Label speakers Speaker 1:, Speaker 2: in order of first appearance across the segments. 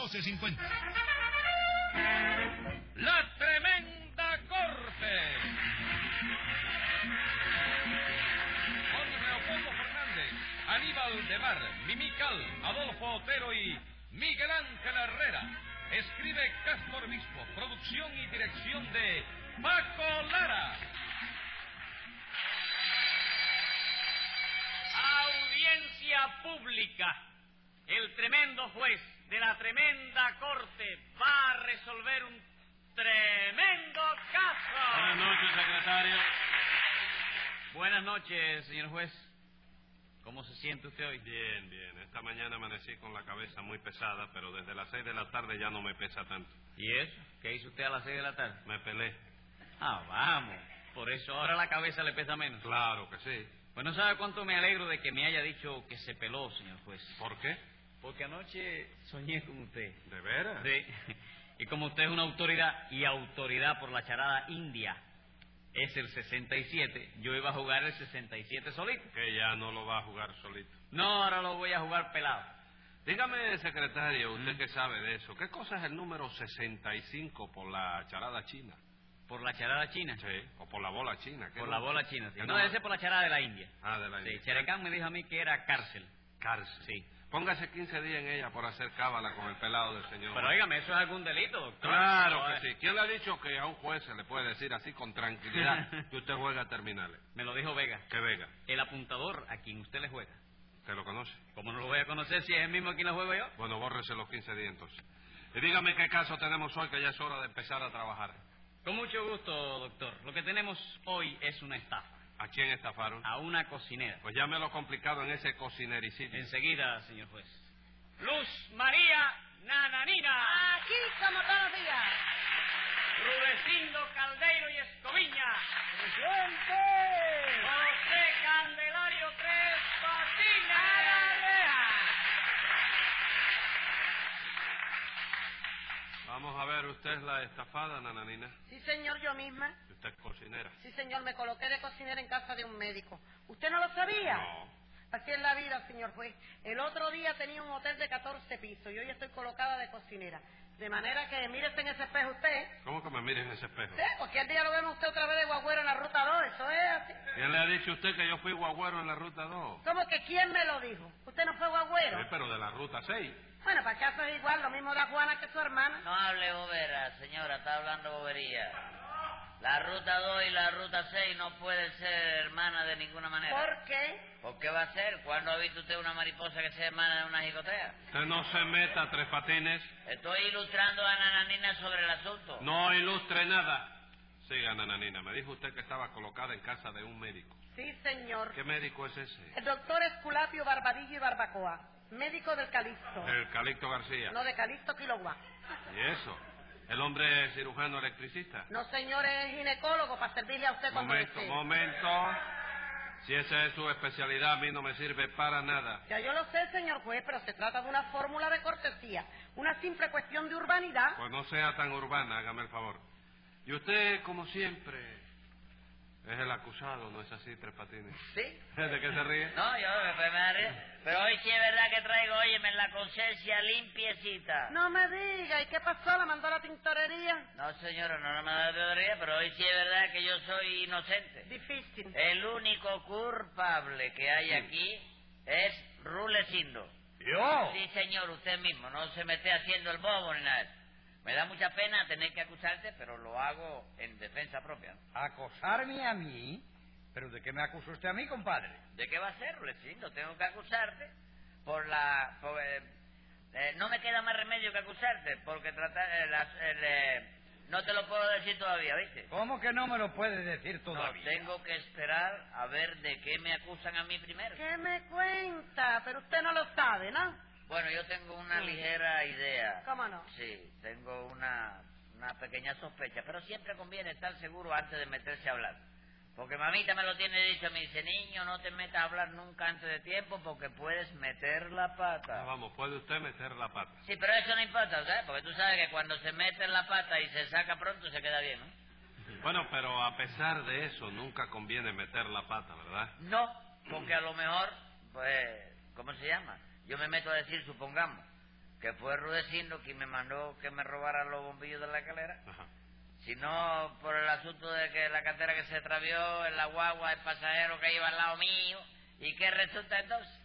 Speaker 1: 12.50.
Speaker 2: La tremenda corte. Con Leopoldo Fernández, Aníbal de Mar, Mimical, Adolfo Otero y Miguel Ángel Herrera. Escribe Castro Obispo, producción y dirección de Paco Lara.
Speaker 3: Audiencia pública. El tremendo juez de la tremenda corte va a resolver un tremendo caso.
Speaker 4: Buenas noches, secretario.
Speaker 3: Buenas noches, señor juez. ¿Cómo se siente usted hoy?
Speaker 4: Bien, bien. Esta mañana amanecí con la cabeza muy pesada, pero desde las seis de la tarde ya no me pesa tanto.
Speaker 3: ¿Y eso? ¿Qué hizo usted a las seis de la tarde?
Speaker 4: Me pelé.
Speaker 3: Ah, vamos. Por eso ahora la cabeza le pesa menos.
Speaker 4: Claro que sí.
Speaker 3: Pues no sabe cuánto me alegro de que me haya dicho que se peló, señor juez.
Speaker 4: ¿Por qué?
Speaker 3: Porque anoche soñé con usted.
Speaker 4: ¿De veras?
Speaker 3: Sí. Y como usted es una autoridad y autoridad por la charada india es el 67, yo iba a jugar el 67 solito.
Speaker 4: Que ya no lo va a jugar solito.
Speaker 3: No, ahora lo voy a jugar pelado.
Speaker 4: Dígame, secretario, usted que sabe de eso, ¿qué cosa es el número 65 por la charada china?
Speaker 3: Por la charada china.
Speaker 4: Sí. ¿O por la bola china? ¿qué
Speaker 3: Por
Speaker 4: no?
Speaker 3: la bola china, sí.
Speaker 4: ¿Qué
Speaker 3: No,
Speaker 4: no?
Speaker 3: ese es por la charada de la India.
Speaker 4: Ah, de la
Speaker 3: Sí,
Speaker 4: India.
Speaker 3: Cherecán me dijo a mí que era cárcel.
Speaker 4: Cárcel.
Speaker 3: Sí.
Speaker 4: Póngase 15 días en ella por hacer cábala con el pelado del señor.
Speaker 3: Pero óigame, eso es algún delito, doctor.
Speaker 4: Claro
Speaker 3: No,
Speaker 4: que
Speaker 3: eh,
Speaker 4: sí. ¿Quién le ha dicho que a un juez se le puede decir así con tranquilidad que usted juega a terminales?
Speaker 3: Me lo dijo Vega,
Speaker 4: Que Vega,
Speaker 3: el apuntador a quien usted le juega.
Speaker 4: ¿te lo conoce?
Speaker 3: Como no lo voy a conocer si es el mismo a quien le juego yo?
Speaker 4: Bueno, bórrese los 15 días entonces. Y dígame qué caso tenemos hoy, que ya es hora de empezar a trabajar.
Speaker 3: Con mucho gusto, doctor. Lo que tenemos hoy es una estafa
Speaker 4: ¿A quién estafaron?
Speaker 3: a una cocinera.
Speaker 4: Pues ya me lo complicado en ese cocinericidio.
Speaker 3: Enseguida, señor juez. Luz María Nananina,
Speaker 5: Aquí como todos los días.
Speaker 3: Rudecindo Caldeiro y Escoviña, José Candelario Tres Patines.
Speaker 4: Vamos a ver, usted es la estafada, nananina.
Speaker 5: Sí, señor, yo misma.
Speaker 4: Usted es cocinera.
Speaker 5: Sí, señor, me coloqué de cocinera en casa de un médico. ¿Usted no lo sabía?
Speaker 4: No.
Speaker 5: Así es la vida, señor juez. El otro día tenía un hotel de 14 pisos y hoy estoy colocada de cocinera. De manera que mírese en ese espejo usted.
Speaker 4: ¿Cómo que me mires en ese espejo?
Speaker 5: ¿Sí? Cualquier día lo vemos usted otra vez de guagüero en la ruta 2. Eso es así.
Speaker 4: ¿Quién le ha dicho a usted que yo fui guagüero en la ruta 2?
Speaker 5: ¿Cómo que quién me lo dijo? ¿Usted no fue guagüero?
Speaker 4: Sí, pero de la ruta 6.
Speaker 5: Bueno, para caso es igual, lo mismo da Juana que su hermana.
Speaker 6: No hable bobera, señora, está hablando bobería. La ruta 2 y la ruta 6 no pueden ser hermanas de ninguna manera.
Speaker 5: ¿Por qué?
Speaker 6: ¿Por qué va a ser? ¿Cuándo ha visto usted una mariposa que sea hermana de una jicotea?
Speaker 4: Usted no se meta, tres patines.
Speaker 6: Estoy ilustrando a Nananina sobre el asunto.
Speaker 4: No ilustre nada. Siga, nananina. Me dijo usted que estaba colocada en casa de un médico.
Speaker 5: Sí, señor.
Speaker 4: ¿Qué médico es ese?
Speaker 5: El doctor Esculapio Barbadillo y Barbacoa, médico del Calixto.
Speaker 7: Eh,
Speaker 4: El Calixto García.
Speaker 5: No, de Calixto Quiloguá.
Speaker 4: ¿Y eso? ¿El hombre es cirujano electricista?
Speaker 5: No, señor, es ginecólogo para servirle a usted cuando
Speaker 4: Momento,
Speaker 5: desee.
Speaker 4: momento. Si esa es su especialidad, a mí no me sirve para nada.
Speaker 5: Ya yo lo sé, señor juez, pero se trata de una fórmula de cortesía, una simple cuestión de urbanidad.
Speaker 4: Pues no sea tan urbana, hágame el favor. Y usted, como siempre, es el acusado, ¿no es así, Tres Patines?
Speaker 6: ¿Sí?
Speaker 4: ¿De qué se ríe?
Speaker 6: No, yo pues, me da risa. Pero hoy sí es verdad que traigo, óyeme, la conciencia limpiecita.
Speaker 5: No me diga, ¿y qué pasó? ¿La mandó a la tintorería?
Speaker 6: No, señora, no, no me da teoría, pero hoy sí es verdad que yo soy inocente.
Speaker 5: Difícil.
Speaker 7: Eh.
Speaker 6: El único culpable que hay aquí es Rulecindo.
Speaker 4: ¿Yo?
Speaker 6: Sí, señor, usted mismo. No se me esté haciendo el bobo ni nada. Me da mucha pena tener que acusarte, pero lo hago en defensa propia.
Speaker 7: ¿Acosarme a mí? ¿Pero de qué me acusó usted a mí, compadre?
Speaker 6: ¿De qué va a ser, Rulecindo? Tengo que acusarte por la... por, eh, eh, no me queda más remedio que acusarte, porque tratar... eh, las- el, eh, no te lo puedo decir todavía, ¿viste?
Speaker 7: ¿Cómo que no me lo puede decir todavía?
Speaker 6: No, tengo que esperar a ver de qué me acusan a mí primero.
Speaker 5: ¿Qué me cuenta? Pero usted no lo sabe, ¿no?
Speaker 6: Bueno, yo tengo una
Speaker 4: Mm.
Speaker 5: Sí.
Speaker 6: ligera idea.
Speaker 5: ¿Cómo no?
Speaker 6: Sí, tengo una, una pequeña sospecha, pero siempre conviene estar seguro antes de meterse a hablar. Porque mamita me lo tiene dicho, me dice, niño, no te metas a hablar nunca antes de tiempo porque puedes meter la
Speaker 4: Ah,
Speaker 6: pata.
Speaker 4: vamos, puede usted meter la pata.
Speaker 6: Sí, pero eso no importa, ¿sabes? Porque tú sabes que cuando se mete en la pata y se saca pronto se queda bien, ¿no?
Speaker 4: Bueno, pero a pesar de eso, nunca conviene meter la pata, ¿verdad?
Speaker 6: No, porque a lo mejor, pues, ¿cómo se llama? Yo me meto a decir, supongamos, que fue Rudecindo quien me mandó que me robara los bombillos de la escalera,
Speaker 4: Ajá.
Speaker 6: sino por el asunto de que la cartera que se travió en la guagua, el pasajero que iba al lado mío, ¿y qué resulta entonces?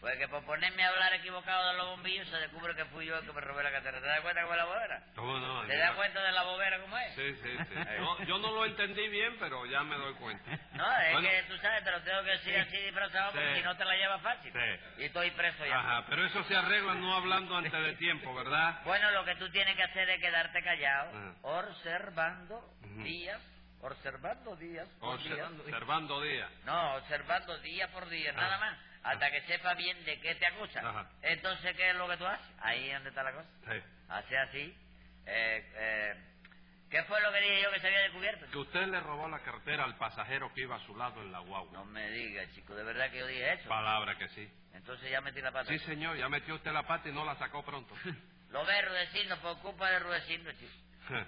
Speaker 6: Pues que por ponerme a hablar equivocado de los bombillos se descubre que fui yo el que me robé la cartera. ¿Te das cuenta cómo es la bobera?
Speaker 4: ¿Cómo no?
Speaker 6: ¿Te das cuenta de la bobera cómo es?
Speaker 4: Sí, sí, sí. No, yo no lo entendí bien, pero ya me doy cuenta.
Speaker 6: No, es
Speaker 4: Bueno,
Speaker 6: que tú sabes, te lo tengo que decir así disfrazado porque
Speaker 4: Sí.
Speaker 6: si no te la llevas fácil.
Speaker 4: Sí.
Speaker 6: Y estoy preso ya.
Speaker 4: Ajá, pero eso se arregla no hablando antes de tiempo, ¿verdad?
Speaker 6: Bueno, lo que tú tienes que hacer es quedarte callado,
Speaker 4: Ah.
Speaker 6: observando
Speaker 4: Ujú.
Speaker 6: días, observando días, por días.
Speaker 4: Observando día.
Speaker 6: No, observando día por día,
Speaker 4: Ah.
Speaker 6: nada más, hasta que sepas bien de qué te acusan.
Speaker 4: Ajá.
Speaker 6: Entonces, ¿qué es lo que tú haces? Ahí es donde está la cosa.
Speaker 4: Sí.
Speaker 6: Hace así. Eh, eh, ¿Qué fue lo que dije yo que se había descubierto?
Speaker 4: Que usted le robó la cartera al pasajero que iba a su lado en la
Speaker 6: No
Speaker 4: guagua.
Speaker 6: me digas, chico, de verdad que yo dije eso.
Speaker 4: Palabra que sí.
Speaker 6: Entonces ya metí la pata.
Speaker 4: Sí, señor, ya metió usted la pata y no la sacó pronto.
Speaker 6: Lo ve Rudecindo, por culpa de Rudecindo, chico.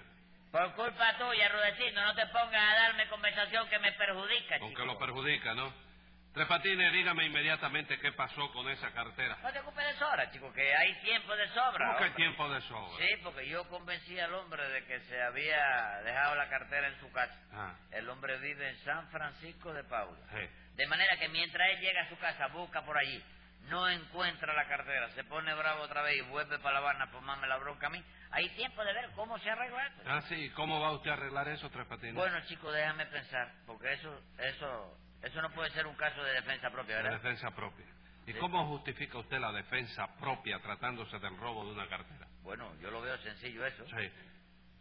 Speaker 6: Por culpa tuya, Rudecindo, no te pongas a darme conversación que me perjudica,
Speaker 4: Aunque
Speaker 6: chico.
Speaker 4: lo perjudica, ¿no? Tres Patines, dígame inmediatamente qué pasó con esa cartera.
Speaker 6: No te ocupes de sobra, chico, que hay tiempo de sobra.
Speaker 4: ¿Cómo que
Speaker 6: hombre.
Speaker 4: tiempo de sobra?
Speaker 6: Sí, porque yo convencí al hombre de que se había dejado la cartera en su casa.
Speaker 4: Ah,
Speaker 6: El hombre vive en San Francisco de Paula.
Speaker 4: sí.
Speaker 6: De manera que mientras él llega a su casa, busca por allí, no encuentra la cartera, se pone bravo otra vez y vuelve para La Habana por más me la bronca a mí. Hay tiempo de ver cómo se arregla esto.
Speaker 4: Ah, sí, ¿cómo va usted a arreglar eso, Tres Patines?
Speaker 6: Bueno, chico, déjame pensar, porque eso, eso, eso no puede ser un caso de defensa propia,
Speaker 4: La
Speaker 6: ¿verdad?
Speaker 4: defensa propia. ¿Y
Speaker 6: Sí.
Speaker 4: cómo justifica usted la defensa propia tratándose del robo de una cartera?
Speaker 6: Bueno, yo lo veo sencillo eso.
Speaker 4: Sí.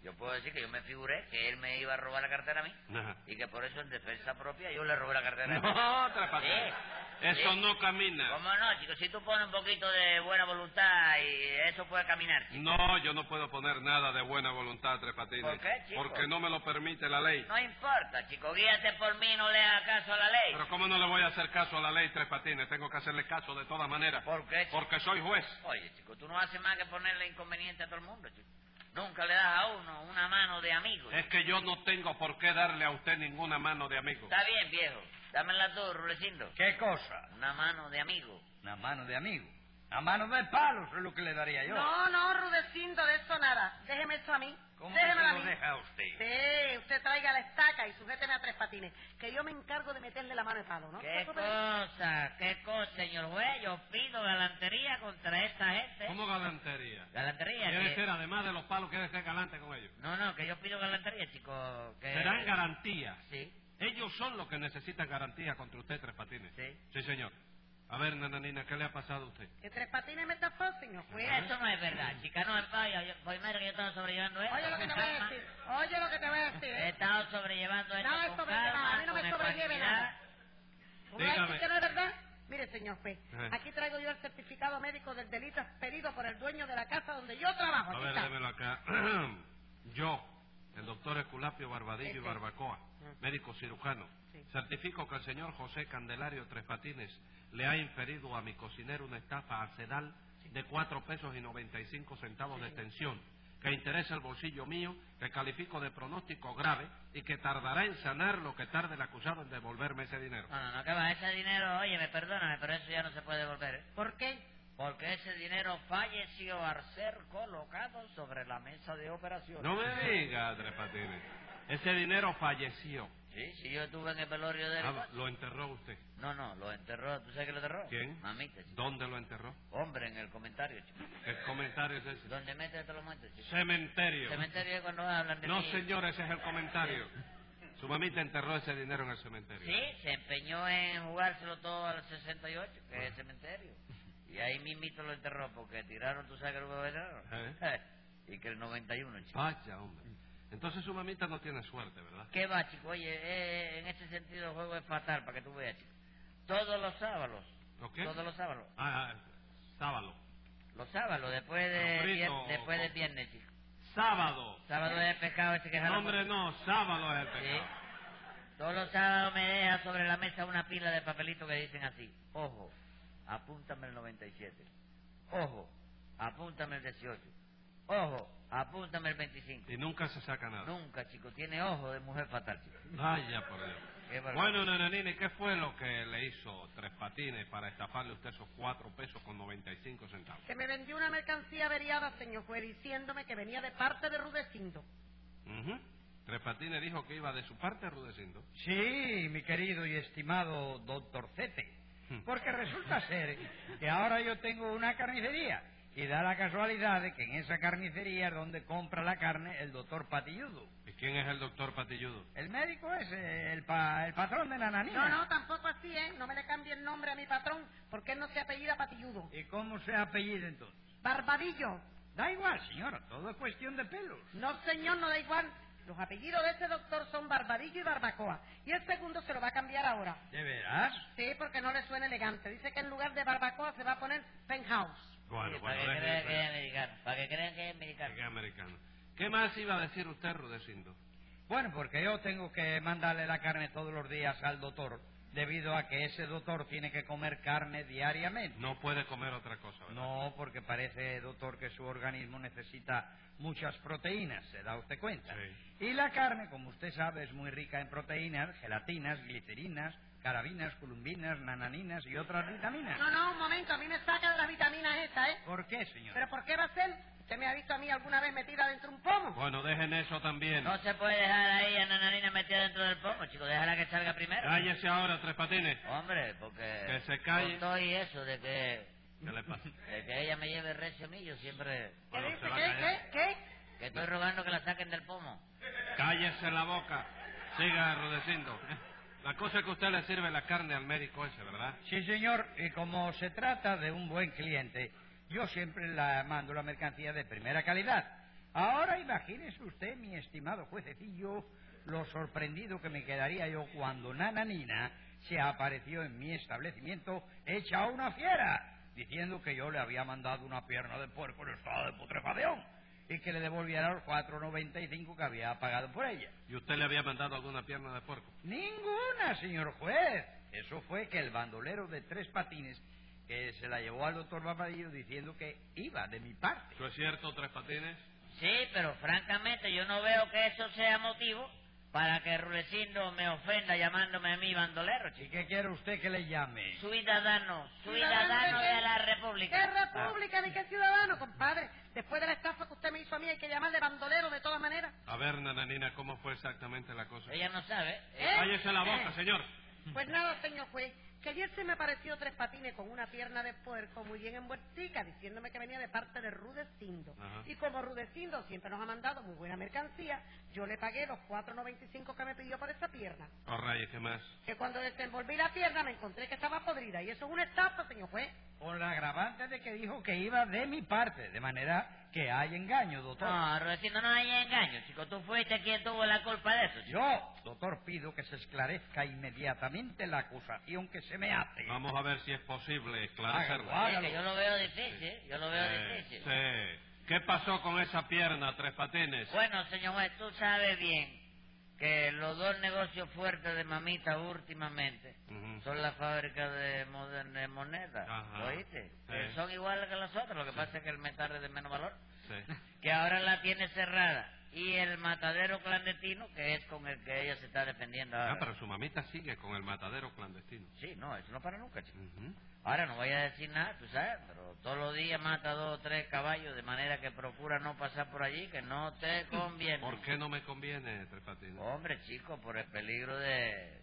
Speaker 6: Yo puedo decir que yo me figuré que él me iba a robar la cartera a mí
Speaker 4: Ajá.
Speaker 6: y que por eso en defensa propia yo le robé la cartera.
Speaker 4: No, Tres Patines.
Speaker 6: Sí.
Speaker 4: Eso
Speaker 6: Sí.
Speaker 4: no camina.
Speaker 6: ¿Cómo no, chicos? Si tú pones un poquito de buena voluntad y eso puede caminar, chico.
Speaker 4: No, yo no puedo poner nada de buena voluntad, Tres Patines.
Speaker 6: ¿Por qué, chico?
Speaker 4: Porque no me lo permite la ley.
Speaker 6: No importa, chico, guíate por mí, no le hagas caso a la ley.
Speaker 4: Pero ¿cómo no le voy a hacer caso a la ley, Tres Patines? Tengo que hacerle caso de todas maneras.
Speaker 6: ¿Por qué, chico?
Speaker 4: Porque soy juez.
Speaker 6: Oye, chico, tú no haces más que ponerle inconveniente a todo el mundo, chico. Nunca le das a uno una mano de amigo.
Speaker 4: Es que yo no tengo por qué darle a usted ninguna mano de amigo.
Speaker 6: Está bien, viejo. Dámela tú, Rulecindo.
Speaker 7: ¿Qué cosa?
Speaker 6: Una mano de amigo.
Speaker 7: Una mano de amigo. Una mano de palos es lo que le daría yo.
Speaker 5: No, no, Rudecindo, de eso nada. Déjeme eso a mí.
Speaker 7: ¿Cómo que
Speaker 5: Déjemelo
Speaker 7: se
Speaker 5: a
Speaker 7: lo
Speaker 5: mí.
Speaker 7: deja a usted?
Speaker 5: Sí, usted traiga la estaca y sujéteme a tres patines, que yo me encargo de meterle la mano de palo, ¿no?
Speaker 6: ¿Qué cosa? ¿Qué cosa, señor juez? Yo pido galantería contra esta gente.
Speaker 4: ¿Cómo galantería?
Speaker 6: Galantería.
Speaker 4: Quiere
Speaker 6: que-
Speaker 4: ser, además de los palos, quiere ser galante con ellos.
Speaker 6: No, no, que yo pido galantería, chico. Que...
Speaker 4: Serán ¿Eh? garantías.
Speaker 6: Sí,
Speaker 4: Ellos son los que necesitan garantías contra usted, Tres Patines.
Speaker 6: sí.
Speaker 4: Sí, señor. A ver, nananina, ¿qué le ha pasado a usted?
Speaker 5: ¿Que tres patines me estafó, señor juez?
Speaker 6: Mira, eso no es verdad, chica, no es vaya. Yo- Voy mira que yo estaba sobrellevando esto.
Speaker 5: Oye lo que te voy a decir, oye lo que te voy a decir.
Speaker 6: He
Speaker 5: ¿eh?
Speaker 6: estado sobrellevando esto
Speaker 5: Nada de
Speaker 6: con
Speaker 5: sobrellevar,
Speaker 6: calma,
Speaker 5: a mí no me
Speaker 6: con
Speaker 5: sobrelleve
Speaker 6: ecuanimidad.
Speaker 5: nada. ¿Tú me vas a decir
Speaker 4: Dígame.
Speaker 5: que no es verdad? Mire, señor juez,
Speaker 4: Ajá.
Speaker 5: aquí traigo yo el certificado médico del delito expedido por el dueño de la casa donde yo trabajo.
Speaker 4: A
Speaker 5: Aquí
Speaker 4: ver,
Speaker 5: está.
Speaker 4: démelo acá. Yo, el doctor Esculapio Barbadillo y
Speaker 5: Ese.
Speaker 4: Barbacoa, médico cirujano,
Speaker 5: Este. Ah. Sí.
Speaker 4: certifico que el señor José Candelario Tres Patines le ha inferido a mi cocinero una estafa a Sedal de cuatro pesos y noventa y cinco centavos de extensión, que interesa el bolsillo mío, que califico de pronóstico grave y que tardará en sanar lo que tarde el acusado en devolverme ese dinero.
Speaker 6: No, no, no, que va, ese dinero, oye, me perdóname, pero eso ya no se puede devolver. ¿eh?
Speaker 5: ¿Por qué?
Speaker 6: Porque ese dinero falleció al ser colocado sobre la mesa de operaciones.
Speaker 4: No me diga, Tres Patines. Ese dinero falleció.
Speaker 6: Sí, sí, yo estuve en el velorio de él.
Speaker 4: Ah, lo enterró usted.
Speaker 6: No, no, lo enterró. ¿Tú sabes que lo enterró?
Speaker 4: ¿Quién?
Speaker 6: Mamita, chico.
Speaker 4: ¿Dónde lo enterró?
Speaker 6: Hombre, en el comentario, chico.
Speaker 4: ¿Qué comentario es ese?
Speaker 6: Donde meten todos los muertos, chico.
Speaker 4: Cementerio.
Speaker 6: Cementerio es cuando hablan de
Speaker 4: No,
Speaker 6: mí.
Speaker 4: señor, ese es el comentario. Su mamita enterró ese dinero en el cementerio.
Speaker 6: Sí, se empeñó en jugárselo todo al 68, que es el cementerio. Y ahí mismito lo enterró porque tiraron, tú sabes que lo tiraron.
Speaker 4: ¿Eh? Ah.
Speaker 6: y que el 91, chico.
Speaker 4: Vaya, hombre. Entonces su mamita no tiene suerte, ¿verdad?
Speaker 6: ¿Qué va, chico? Oye, eh, en ese sentido el juego es fatal, para que tú veas, chico. Todos los sábados,
Speaker 4: ¿O qué?
Speaker 6: todos los sábados,
Speaker 4: Ah, ah, sábado.
Speaker 6: los sábados, después de,
Speaker 4: Frito,
Speaker 6: vier- después de
Speaker 4: con-
Speaker 6: viernes, chico.
Speaker 4: Sábado.
Speaker 6: Sábado es el pescado ese que
Speaker 4: No,
Speaker 6: jala.
Speaker 4: hombre, no, sábado es el
Speaker 6: Sí.
Speaker 4: pecado.
Speaker 6: Todos los sábados me deja sobre la mesa una pila de papelitos que dicen así. Ojo, apúntame el 97. Ojo, apúntame el 18. Ojo, apúntame el 25.
Speaker 4: Y nunca se saca nada.
Speaker 6: Nunca, chico, tiene ojo de mujer fatal, chico.
Speaker 4: Vaya, por Dios.
Speaker 6: Qué barbaridad.
Speaker 4: Bueno, Nananini, ¿qué fue lo que le hizo Tres Patines para estafarle usted esos cuatro pesos con 95 centavos?
Speaker 5: Que me vendió una mercancía averiada, señor juez, diciéndome que venía de parte de Rudecindo.
Speaker 4: Ujú. Tres Patines dijo que iba de su parte, Rudecindo.
Speaker 7: Sí, mi querido y estimado doctor Cete. Porque resulta ser que ahora yo tengo una carnicería y da la casualidad de que en esa carnicería es donde compra la carne el doctor Patilludo.
Speaker 4: ¿Y quién es el doctor Patilludo?
Speaker 7: El médico es eh, el, pa- el patrón de
Speaker 4: Ah,
Speaker 7: Nananina.
Speaker 5: No, no, tampoco así, ¿eh? No me le cambie el nombre a mi patrón, porque él no se apellida Patilludo.
Speaker 7: ¿Y cómo se apellida entonces?
Speaker 5: Barbadillo.
Speaker 7: Da igual, señora, todo es cuestión de pelos.
Speaker 5: No, señor, no da igual. Los apellidos de ese doctor son Barbadillo y Barbacoa. Y el segundo se lo va a cambiar ahora.
Speaker 7: ¿De veras?
Speaker 5: Sí, porque no le suena elegante. Dice que en lugar de Barbacoa se va a poner Penthouse.
Speaker 4: Bueno,
Speaker 6: Sí, para que crean que es americano. Para que crean que es americano.
Speaker 4: ¿Qué americano? ¿Qué más iba a decir usted, Rudecindo?
Speaker 7: Bueno, porque yo tengo que mandarle la carne todos los días al doctor, debido a que ese doctor tiene que comer carne diariamente.
Speaker 4: No puede comer otra cosa, ¿verdad?
Speaker 7: No, porque parece, doctor, que su organismo necesita muchas proteínas, ¿se da usted cuenta? Y la carne, como usted sabe, es muy rica en proteínas, gelatinas, glicerinas, carabinas, columbinas, nananinas y otras vitaminas.
Speaker 5: No, no, un momento, a mí me saca de las vitaminas estas, ¿eh?
Speaker 7: ¿Por qué, señor?
Speaker 5: ¿Pero por qué va a ser? ¿Usted me ha visto a mí alguna vez metida dentro de un pomo?
Speaker 4: Bueno, dejen eso también.
Speaker 6: No se puede dejar ahí a Nananina metida dentro del pomo, chico. Déjala que salga primero.
Speaker 4: Cállese ahora, Tres Patines.
Speaker 6: Hombre, porque...
Speaker 4: Que se calle.
Speaker 6: Con todo y eso de que...
Speaker 4: ¿Qué le pasa?
Speaker 6: de que ella me lleve recio a mí, yo siempre...
Speaker 5: ¿Qué
Speaker 4: Bueno,
Speaker 5: dice?
Speaker 4: se va a
Speaker 5: ¿Qué?
Speaker 4: callar.
Speaker 5: ¿Qué? ¿Qué?
Speaker 6: Que estoy rogando que la saquen del pomo.
Speaker 4: Cállese la boca. Siga Rudecindo. La cosa es que usted le sirve la carne al médico ese, ¿verdad?
Speaker 7: Sí, señor, y como se trata de un buen cliente, yo siempre la mando la mercancía de primera calidad. Ahora imagínese usted, mi estimado juececillo, lo sorprendido que me quedaría yo cuando Nana Nina se apareció en mi establecimiento hecha una fiera, diciendo que yo le había mandado una pierna de puerco en estado de putrefacción y que le devolviera los 4.95 que había pagado por ella.
Speaker 4: ¿Y usted le había mandado alguna pierna de puerco?
Speaker 7: Ninguna, señor juez. Eso fue que el bandolero de tres patines que se la llevó al doctor Barbadillo diciendo que iba de mi parte.
Speaker 4: ¿Eso es cierto, Tres Patines?
Speaker 6: Sí, pero francamente yo no veo que eso sea motivo para que Rulecindo me ofenda llamándome a mí bandolero,
Speaker 7: ¿Y
Speaker 6: chico.
Speaker 7: qué quiere usted que le llame?
Speaker 6: Ciudadano,
Speaker 5: ¿Ciudadano
Speaker 6: ciudadano
Speaker 5: de qué?
Speaker 6: de la
Speaker 5: ¿Qué
Speaker 6: República.
Speaker 5: república ni qué ciudadano, compadre? Después de la estafa que usted me hizo a mí, hay que llamarle bandolero de todas maneras.
Speaker 4: A ver, nananina, ¿cómo fue exactamente la cosa?
Speaker 6: Ella no sabe.
Speaker 5: ¿Eh?
Speaker 4: Cállese la boca,
Speaker 5: Eh.
Speaker 4: señor.
Speaker 5: Pues nada, señor juez, que ayer se me apareció tres patines con una pierna de puerco muy bien envueltica, diciéndome que venía de parte de Rudecindo.
Speaker 4: Ajá.
Speaker 5: Y como Rudecindo siempre nos ha mandado muy buena mercancía, yo le pagué los 4.95 que me pidió por esa pierna.
Speaker 4: Oh, rayos, ¿qué más?
Speaker 5: Que cuando desenvolví la pierna me encontré que estaba podrida, y eso es una estafa, señor juez.
Speaker 7: Con la agravante de que dijo que iba de mi parte, de manera que hay engaño, doctor.
Speaker 6: No, Rulecindo, no hay engaño, chico. Tú fuiste quien tuvo la culpa de eso, chico.
Speaker 7: Yo, doctor, pido que se esclarezca inmediatamente la acusación que se me hace.
Speaker 4: Vamos a ver si es posible
Speaker 7: Hágalo,
Speaker 4: esclarecerla.
Speaker 6: Es
Speaker 7: hágalo.
Speaker 6: que yo lo veo difícil, yo lo veo
Speaker 4: Eh,
Speaker 6: difícil.
Speaker 4: sí. ¿Qué pasó con esa pierna, Tres Patines?
Speaker 6: Bueno, señor juez, tú sabes bien que los dos negocios fuertes de mamita últimamente
Speaker 4: Ujú.
Speaker 6: son las fábricas de, moder- de monedas,
Speaker 4: Ajá.
Speaker 6: ¿lo oíste?
Speaker 4: Sí.
Speaker 6: Eh, son iguales que las otras, lo que pasa es que el metal es de menos valor,
Speaker 4: Sí.
Speaker 6: que ahora la tiene cerrada. Y el matadero clandestino, que es con el que ella se está defendiendo ahora.
Speaker 4: Ah, pero su mamita sigue con el matadero clandestino.
Speaker 6: Sí, no, eso no para nunca, chico.
Speaker 4: Ujú.
Speaker 6: Ahora no voy a decir nada, tú sabes, pero todos los días mata dos o tres caballos, de manera que procura no pasar por allí, que no te conviene.
Speaker 4: ¿Por qué no me conviene, Tres Patines?
Speaker 6: Hombre, chico, por el peligro de...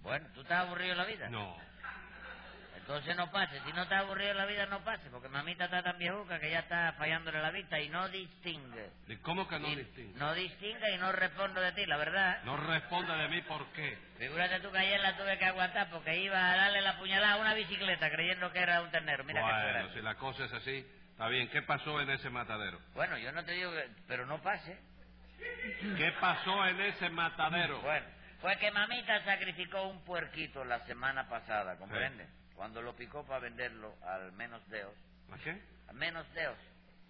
Speaker 6: Bueno, ¿tú estás aburrido de la vida?
Speaker 4: No.
Speaker 6: Entonces no pase. Si no estás aburrido de la vida, no pase, porque mamita está tan viejuca que ya está fallándole la vista y no distingue.
Speaker 4: ¿Y ¿Cómo que Ah, no
Speaker 6: Y-
Speaker 4: distingue?
Speaker 6: No distingue y no respondo de ti, la verdad.
Speaker 4: No responde de mí por qué.
Speaker 6: Figúrate tú que ayer la tuve que aguantar porque iba a darle la puñalada a una bicicleta creyendo que era un ternero. Mira qué
Speaker 4: bueno,
Speaker 6: desgracia.
Speaker 4: si la cosa es así, está bien. ¿Qué pasó en ese matadero?
Speaker 6: Bueno, yo no te digo que... Pero no pase.
Speaker 4: ¿Qué pasó en ese matadero?
Speaker 6: Bueno, fue que mamita sacrificó un puerquito la semana pasada, ¿comprende? Cuando lo picó para venderlo al menos deos.
Speaker 4: ¿A qué?
Speaker 6: Al menos deos.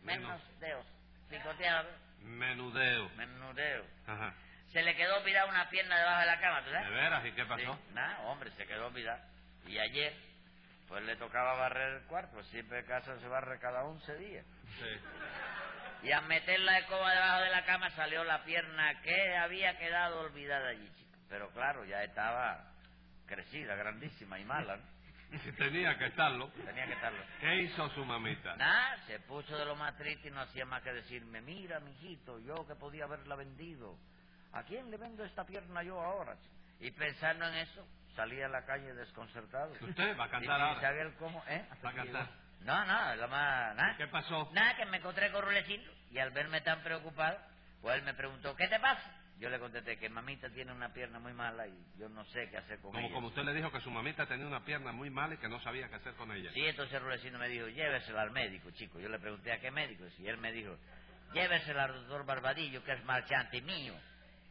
Speaker 6: Menos,
Speaker 4: Menos.
Speaker 6: deos. Picoteado.
Speaker 4: Menudeo.
Speaker 6: Menos deos.
Speaker 4: Ajá.
Speaker 6: Se le quedó olvidada una pierna debajo de la cama, ¿tú
Speaker 4: ¿De
Speaker 6: sabes?
Speaker 4: veras? ¿Y qué pasó?
Speaker 6: Sí, Nada, hombre, se quedó olvidada. Y ayer, pues le tocaba barrer el cuarto. Siempre casa se barre cada 11 días.
Speaker 4: Sí.
Speaker 6: Y al meter la escoba debajo de la cama salió la pierna que había quedado olvidada allí, chico. Pero claro, ya estaba crecida, grandísima y mala. ¿no?
Speaker 4: Tenía que estarlo.
Speaker 6: Tenía que estarlo.
Speaker 4: ¿Qué hizo su mamita?
Speaker 6: Nada, se puso de lo más triste y no hacía más que decirme, mira, mijito, yo que podía haberla vendido, ¿a quién le vendo esta pierna yo ahora? Y pensando en eso, salí a la calle desconcertado.
Speaker 4: Usted va a cantar
Speaker 6: Y sin
Speaker 4: ahora.
Speaker 6: saber cómo, ¿eh?
Speaker 4: Va a cantar.
Speaker 6: No, no, lo más, nada.
Speaker 4: ¿Qué pasó?
Speaker 6: Nada, que me encontré con Rulecito y al verme tan preocupado, pues él me preguntó, ¿qué te pasa? Yo le contesté que mamita tiene una pierna muy mala y yo no sé qué hacer con
Speaker 4: Como,
Speaker 6: ella.
Speaker 4: como usted le dijo que su mamita tenía una pierna muy mala y que no sabía qué hacer con ella.
Speaker 6: Sí, entonces Rulecino me dijo, llévesela al médico, chico. Yo le pregunté a qué médico, y él me dijo, llévesela al doctor Barbadillo, que es marchante mío,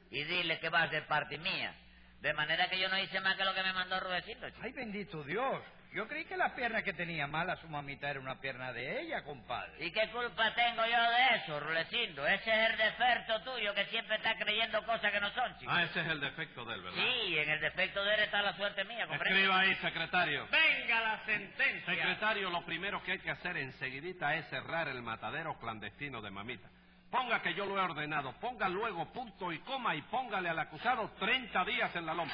Speaker 6: y dile que vas de parte mía. De manera que yo no hice más que lo que me mandó Rulecino, chico.
Speaker 7: Ay, bendito Dios. Yo creí que la pierna que tenía mala su mamita era una pierna de ella, compadre.
Speaker 6: ¿Y qué culpa tengo yo de eso, Rulecindo? Ese es el defecto tuyo que siempre está creyendo cosas que no son, chico.
Speaker 4: Ah, ese es el defecto de él, ¿verdad?
Speaker 6: Sí, en el defecto de él está la suerte mía, ¿comprende?
Speaker 4: Escriba ahí, secretario.
Speaker 6: ¡Venga la sentencia!
Speaker 4: Secretario, lo primero que hay que hacer enseguidita es cerrar el matadero clandestino de mamita. Ponga que yo lo he ordenado, ponga luego punto y coma y póngale al acusado 30 días en la loma.